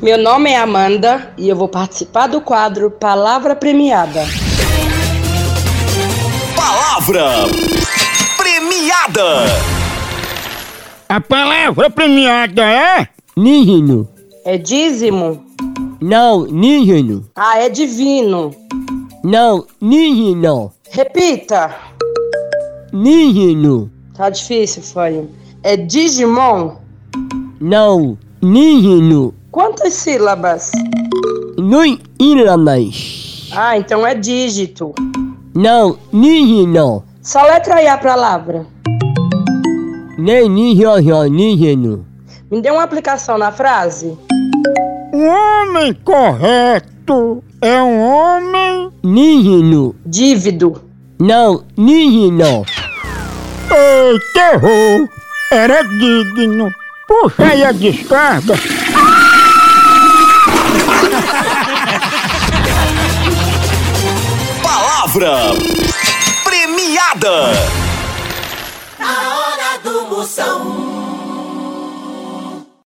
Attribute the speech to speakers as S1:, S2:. S1: Meu nome é Amanda e eu vou participar do quadro Palavra Premiada.
S2: Palavra premiada.
S3: A palavra premiada é
S4: Nígeno.
S1: É dízimo?
S4: Não, nígeno.
S1: Ah, é divino.
S4: Não, nígeno.
S1: Repita.
S4: Nígeno.
S1: Tá difícil, Fanho. É Digimon?
S4: Não, nígeno.
S1: Quantas sílabas?
S4: Nui ilamas.
S1: Ah, então é dígito.
S4: Não, nígeno.
S1: Só letra aí a palavra.
S4: Nem nígeno, nígeno.
S1: Me dê uma aplicação na frase.
S3: o Um homem correto é um homem.
S4: Nígeno.
S1: Dívido.
S4: Não, nígeno.
S3: Eita, errou! Era digno. Puxa aí a descarga.
S2: Palavra premiada.
S5: Na hora do Moção.